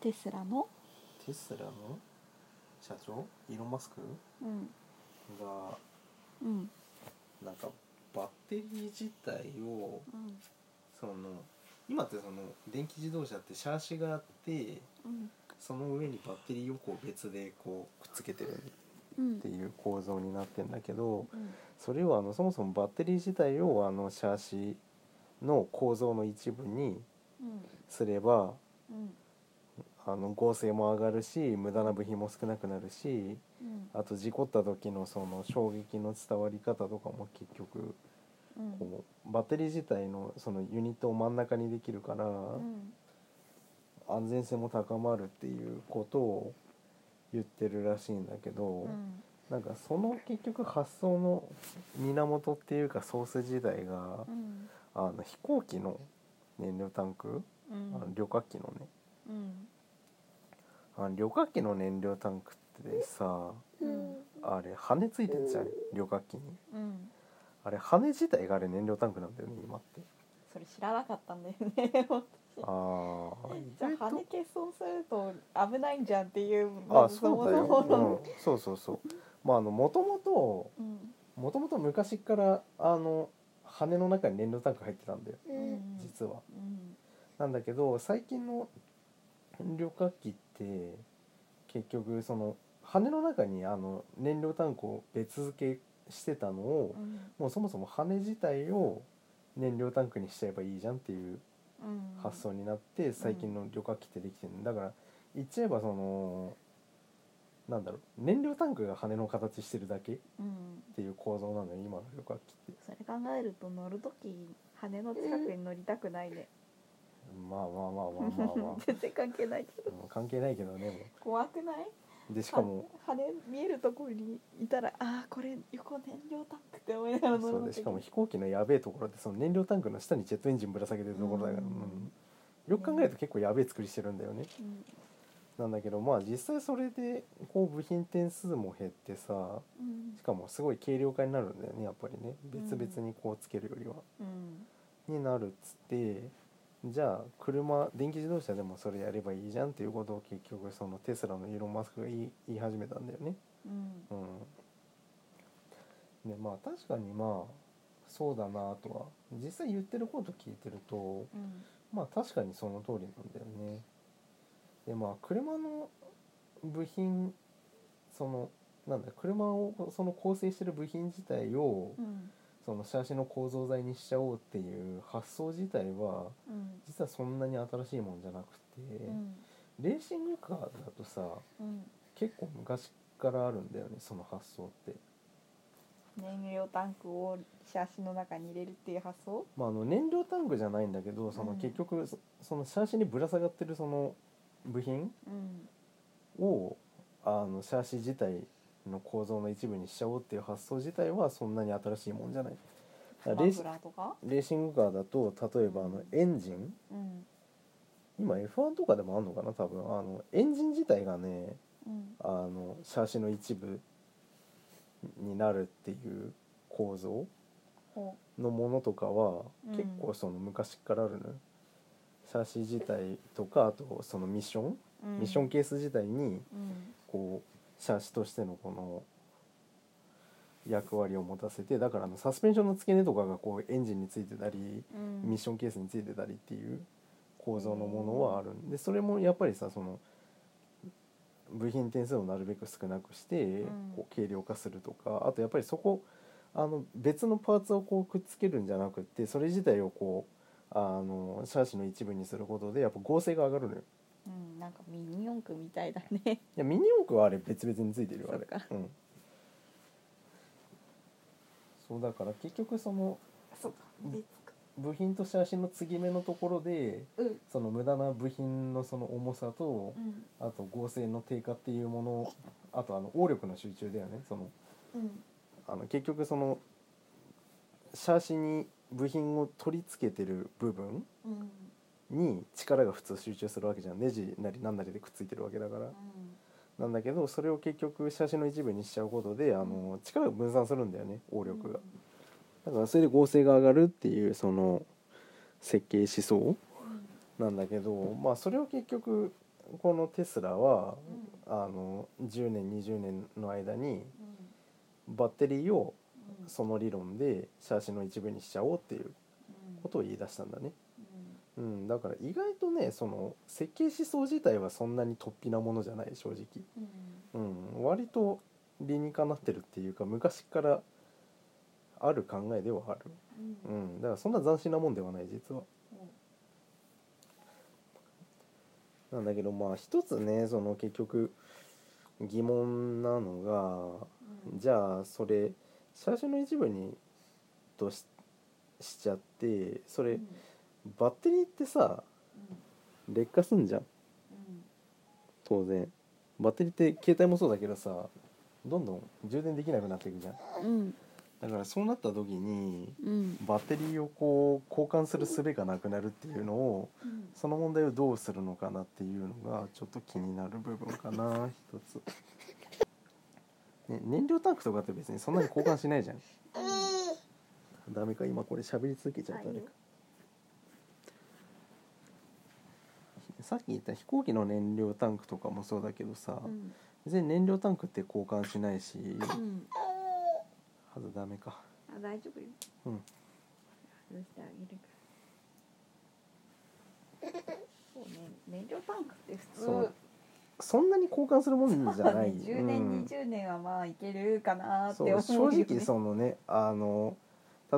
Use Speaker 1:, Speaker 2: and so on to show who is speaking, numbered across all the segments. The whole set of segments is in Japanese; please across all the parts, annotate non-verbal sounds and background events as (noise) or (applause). Speaker 1: テスラの、
Speaker 2: テスラの社長イーロン・マスク
Speaker 1: うん
Speaker 2: が
Speaker 1: うん
Speaker 2: なんかバッテリー自体を
Speaker 1: うん
Speaker 2: その今ってその電気自動車ってシャーシがあって
Speaker 1: うん
Speaker 2: その上にバッテリーをこう別でこうくっつけてるっ
Speaker 1: うん
Speaker 2: ていう構造になってんだけど
Speaker 1: うん
Speaker 2: それをあのそもそもバッテリー自体をあのシャーシの構造の一部に
Speaker 1: うん
Speaker 2: すれば
Speaker 1: うん
Speaker 2: あの合成も上がるし無駄な部品も少なくなるし
Speaker 1: うん
Speaker 2: あと事故った時のその衝撃の伝わり方とかも結局
Speaker 1: うん
Speaker 2: こうバッテリー自体のそのユニットを真ん中にできるから
Speaker 1: うん
Speaker 2: 安全性も高まるっていうことを言ってるらしいんだけど
Speaker 1: うん
Speaker 2: なんかその結局発想の源っていうかソース自体が
Speaker 1: うん
Speaker 2: あの飛行機の燃料タンク
Speaker 1: う
Speaker 2: あ
Speaker 1: ん
Speaker 2: の旅客機のね
Speaker 1: うん
Speaker 2: あの旅客機の燃料タンクってさ
Speaker 1: うん
Speaker 2: あれ羽ついてんじゃん旅客機に
Speaker 1: うん
Speaker 2: あれ羽自体があれ燃料タンクなんだよね今って
Speaker 1: それ知らなかったんだよね
Speaker 2: あー
Speaker 1: じゃあ跳ね欠損すると危ないんじゃんっていう
Speaker 2: あ
Speaker 1: まず
Speaker 2: そうだ
Speaker 1: そもそも
Speaker 2: よ、うん、そうそうそうまああのもともと
Speaker 1: うん
Speaker 2: もともと昔からあの羽の中に燃料タンク入ってたんだよ
Speaker 1: うんうん
Speaker 2: 実は
Speaker 1: うん
Speaker 2: なんだけど最近の旅客機って結局その羽の中にあの燃料タンクを別付けしてたのを
Speaker 1: うん
Speaker 2: もうそもそも羽自体を燃料タンクにしちゃえばいいじゃんっていう
Speaker 1: うん
Speaker 2: 発想になって最近の旅客機ってできてるんだから言っちゃえばそのなんだろう燃料タンクが羽の形してるだけっ
Speaker 1: うん
Speaker 2: ていう構造なんだよ今の旅客機って
Speaker 1: それ考えると乗る時羽の近くに乗りたくないね、
Speaker 2: まあまあまあまあまあ
Speaker 1: (laughs)
Speaker 2: まあ
Speaker 1: 全然関係ないけど
Speaker 2: うん関係ないけどねも
Speaker 1: 怖くないう
Speaker 2: でしかも
Speaker 1: 羽見えるところにいたらああこれ横燃料タンクって思いながら乗る
Speaker 2: そうでしかも飛行機のやべえところってその燃料タンクの下にジェットエンジンぶら下げてるところだから、
Speaker 1: うん
Speaker 2: うんよく考えると結構やべえ作りしてるんだよね
Speaker 1: うん
Speaker 2: なんだけどまあ実際それでこう部品点数も減ってさ
Speaker 1: うん
Speaker 2: しかもすごい軽量化になるんだよねやっぱりね別々にこうつけるよりは、
Speaker 1: うん
Speaker 2: になるっつってじゃあ車電気自動車でもそれやればいいじゃんっていうことを結局そのテスラのイーロン・マスクが言い言い始めたんだよね。
Speaker 1: うん
Speaker 2: うん、でまあ確かにまあそうだなとは実際言ってること聞いてると
Speaker 1: うん
Speaker 2: まあ確かにその通りなんだよね。でまあ車の部品そのなんだ車をその構成してる部品自体を
Speaker 1: うん
Speaker 2: そのシャーシの構造材にしちゃおうっていう発想自体は
Speaker 1: うん
Speaker 2: 実はそんなに新しいもんじゃなくて、
Speaker 1: うん
Speaker 2: レーシングカーだとさ
Speaker 1: うん
Speaker 2: 結構昔からあるんだよねその発想って。
Speaker 1: 燃料タンクをシャーシの中に入れるっていう発想
Speaker 2: まあ、あの燃料タンクじゃないんだけどその
Speaker 1: うん
Speaker 2: 結局そそのシャーシにぶら下がってるその部品
Speaker 1: うん
Speaker 2: をあのシャーシ自体の構造の一部にしちゃおうっていう発想自体はそんなに新しいもんじゃない。だ
Speaker 1: マ
Speaker 2: からレー
Speaker 1: フ
Speaker 2: シ
Speaker 1: ラーとか
Speaker 2: レーシングカーだと例えばあのエンジン、
Speaker 1: うん
Speaker 2: 今 F1 とかでもあるのかな多分あのエンジン自体がね
Speaker 1: うん
Speaker 2: あのシャーシの一部になるっていう構造
Speaker 1: ほ
Speaker 2: のものとかは
Speaker 1: うん
Speaker 2: 結構その昔からあるの、よシャーシ自体とかあとそのミッション、
Speaker 1: ううん
Speaker 2: ミッションケース自体に
Speaker 1: うん
Speaker 2: こうシャーシとしてのこの役割を持たせてだからあのサスペンションの付け根とかがこうエンジンについてたり
Speaker 1: うん
Speaker 2: ミッションケースについてたりっていう構造のものはあるんでそれもやっぱりさその部品点数をなるべく少なくして
Speaker 1: ん
Speaker 2: こう軽量化するとかあとやっぱりそこあの別のパーツをこうくっつけるんじゃなくってそれ自体をこうあのシャーシの一部にすることでやっぱ合成が上がるのよ。
Speaker 1: うんなんかミニ四駆みたいだね
Speaker 2: いやミニ四駆はあれ別々についてるよあれ
Speaker 1: そっか
Speaker 2: うん、そうだから結局その
Speaker 1: そうか
Speaker 2: 別部品とシャーシの継ぎ目のところで
Speaker 1: うん
Speaker 2: その無駄な部品のその重さと
Speaker 1: うん
Speaker 2: あと合成の低下っていうものあとあの応力の集中だよねその
Speaker 1: うん
Speaker 2: あの結局そのシャーシに部品を取り付けてる部分
Speaker 1: うん
Speaker 2: に力が普通集中するわけじゃんネジなりなんなりでくっついてるわけだからなんだけどそれを結局シャーシの一部にしちゃうことであの力が分散するんだよね応力がだからそれで合成が上がるっていうその設計思想なんだけどまあそれを結局このテスラは
Speaker 1: うんうん
Speaker 2: あの10年20年の間に
Speaker 1: うん
Speaker 2: バッテリーを
Speaker 1: うん
Speaker 2: その理論でシャーシの一部にしちゃおうっていう
Speaker 1: うん
Speaker 2: ことを言い出したんだね、
Speaker 1: うん
Speaker 2: うん、だから意外とねその設計思想自体はそんなに突飛なものじゃない正直、
Speaker 1: うん
Speaker 2: うん、割と理にかなってるっていうか昔からある考えではある、
Speaker 1: う
Speaker 2: うんん、だからそんな斬新なもんではない実は。なんだけどまあ一つねその結局疑問なの
Speaker 1: うん
Speaker 2: がじゃあそれ最初の一部にとししちゃってそれ
Speaker 1: うん
Speaker 2: バッテリーってさ劣化すんじゃん
Speaker 1: うん
Speaker 2: 当然バッテリーって携帯もそうだけどさどんどん充電できなくなっていくじゃん
Speaker 1: うん
Speaker 2: だからそうなった時に
Speaker 1: うん
Speaker 2: バッテリーをこう交換する術がなくなるっていうのを
Speaker 1: うん
Speaker 2: その問題をどうするのかなっていうのがちょっと気になる部分かな一つ、ね、燃料タンクとかって別にそんなに交換しないじゃんダメか今これ喋り続けちゃったあれかさっき言った飛行機の燃料タンクとかもそうだけどさ、
Speaker 1: うん
Speaker 2: 別に燃料タンクって交換しな
Speaker 1: (laughs)
Speaker 2: いし
Speaker 1: うん
Speaker 2: はずダメか
Speaker 1: あ大丈夫よ
Speaker 2: うん
Speaker 1: 外してあげるからそうね燃料タンクって普
Speaker 2: そ
Speaker 1: 通
Speaker 2: うそんなに交換するもんじゃない、
Speaker 1: 10
Speaker 2: う
Speaker 1: 年
Speaker 2: ん
Speaker 1: 20年はまあいけるかなって
Speaker 2: そ
Speaker 1: 思うよ
Speaker 2: う
Speaker 1: ね
Speaker 2: 正直そのねあの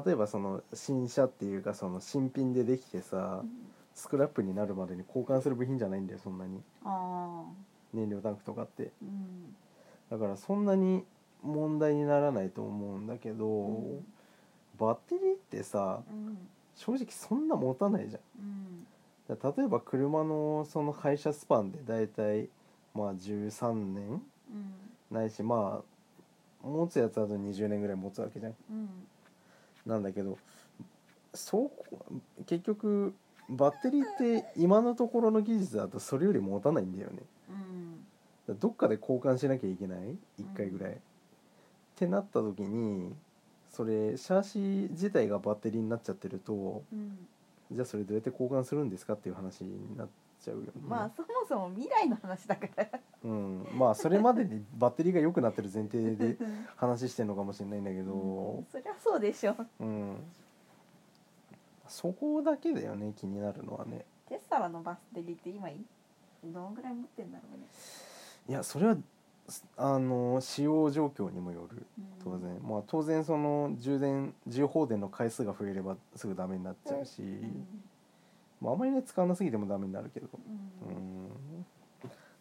Speaker 2: 例えばその新車っていうかその新品でできてさ、
Speaker 1: うん
Speaker 2: スクラップになるまでに交換する部品じゃないんだよそんなに
Speaker 1: ああ
Speaker 2: 燃料タンクとかって
Speaker 1: うん
Speaker 2: だからそんなに問題にならないと思うんだけど、
Speaker 1: うん
Speaker 2: バッテリーってさ
Speaker 1: うん
Speaker 2: 正直そんな持たないじゃん
Speaker 1: うん
Speaker 2: だから例えば車のその廃車スパンでだいたいまあ13
Speaker 1: う
Speaker 2: 年
Speaker 1: ん
Speaker 2: ないしまあ持つやつだと20年ぐらい持つわけじゃん
Speaker 1: うん
Speaker 2: なんだけどそう結局バッテリーって今のところの技術だとそれより持たないんだよね
Speaker 1: うん
Speaker 2: だからどっかで交換しなきゃいけない1回ぐらい、ってなった時にそれシャーシ自体がバッテリーになっちゃってると
Speaker 1: うん
Speaker 2: じゃあそれどうやって交換するんですかっていう話になっちゃうよね、
Speaker 1: まあそもそも未来の話だから
Speaker 2: うん、まあそれまでにバッテリーが良くなってる前提で (laughs)
Speaker 1: うん
Speaker 2: 話してるのかもしれないんだけど、
Speaker 1: (laughs) そりゃそうでしょ
Speaker 2: うん、そこだけだよね気になるのはね
Speaker 1: テスラのバステリーって今いどんぐらい持ってんだろうね
Speaker 2: いやそれはあの使用状況にもよる
Speaker 1: うん
Speaker 2: 当然まあ当然その充電充放電の回数が増えればすぐダメになっちゃうし、
Speaker 1: うん
Speaker 2: まあ、あまりね使わなすぎてもダメになるけどう
Speaker 1: うん
Speaker 2: ん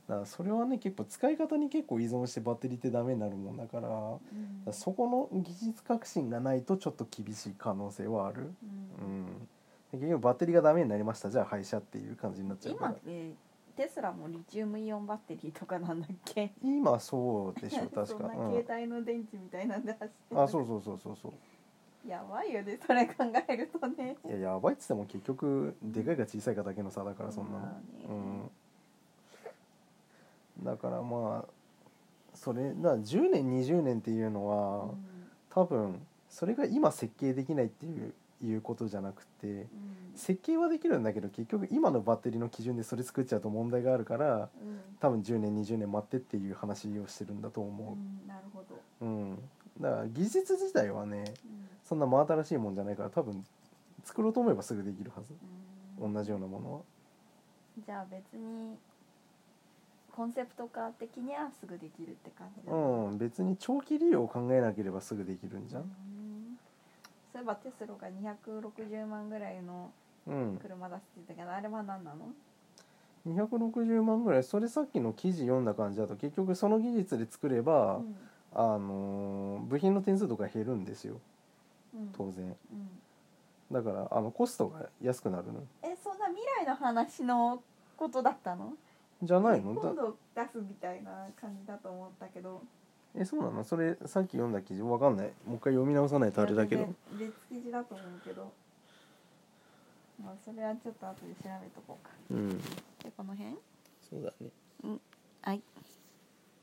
Speaker 2: だからそれはね結構使い方に結構依存してバッテリーってダメになるもんだからだか
Speaker 1: うん
Speaker 2: らそこの技術革新がないとちょっと厳しい可能性はある、
Speaker 1: う
Speaker 2: うんん、で結局バッテリーがダメになりましたじゃあ廃車っていう感じになっちゃうか
Speaker 1: 今
Speaker 2: ら
Speaker 1: ってテスラもリチウムイオンバッテリーとかなんだっけ
Speaker 2: 今そうでしょ
Speaker 1: (laughs)
Speaker 2: 確
Speaker 1: そん
Speaker 2: か
Speaker 1: な携帯の電池みたいなんで走って
Speaker 2: うん、あそううそうそうそうそう
Speaker 1: やばいよねそれ考えるとね
Speaker 2: いややばいっつっても結局でかいか小さいかだけの差だからそんな
Speaker 1: ま
Speaker 2: の、
Speaker 1: あね
Speaker 2: うん、だからまあそれな10年20年っていうのは、多分それが今設計できないっていういうことじゃなくて
Speaker 1: うん
Speaker 2: 設計はできるんだけど結局今のバッテリーの基準でそれ作っちゃうと問題があるから
Speaker 1: うん
Speaker 2: 多分10年20年待ってっていう話をしてるんだと
Speaker 1: う
Speaker 2: 思
Speaker 1: んなるほど
Speaker 2: う、うん、だから技術自体はね
Speaker 1: うん
Speaker 2: そんな真新しいもんじゃないから多分作ろうと思えばすぐできるはず
Speaker 1: う
Speaker 2: 同
Speaker 1: ん
Speaker 2: じようなものは
Speaker 1: じゃあ別にコンセプト化的にはすぐできるって感じだ
Speaker 2: うん別に長期利用を考えなければすぐできるんじゃん
Speaker 1: うんそういえばテスロが260万ぐらいの
Speaker 2: うん
Speaker 1: 車出してたけどあれは何なの
Speaker 2: 260万ぐらいそれさっきの記事読んだ感じだと結局その技術で作れば、
Speaker 1: うん
Speaker 2: あのー部品の点数とか減るんですよ
Speaker 1: うん
Speaker 2: 当然
Speaker 1: うん
Speaker 2: だからあのコストが安くなるの
Speaker 1: えそんな未来の話のことだったの
Speaker 2: じゃないの
Speaker 1: 今
Speaker 2: だ
Speaker 1: 度出すみたいな感じだと思ったけど
Speaker 2: えそうなのそれさっき読んだ記事わかんないもう一回読み直さないとあれだけど
Speaker 1: 全然別記事だと思うけどまあそれはちょっと後で調べとこうか
Speaker 2: うん
Speaker 1: でこの辺
Speaker 2: そうだね
Speaker 1: はい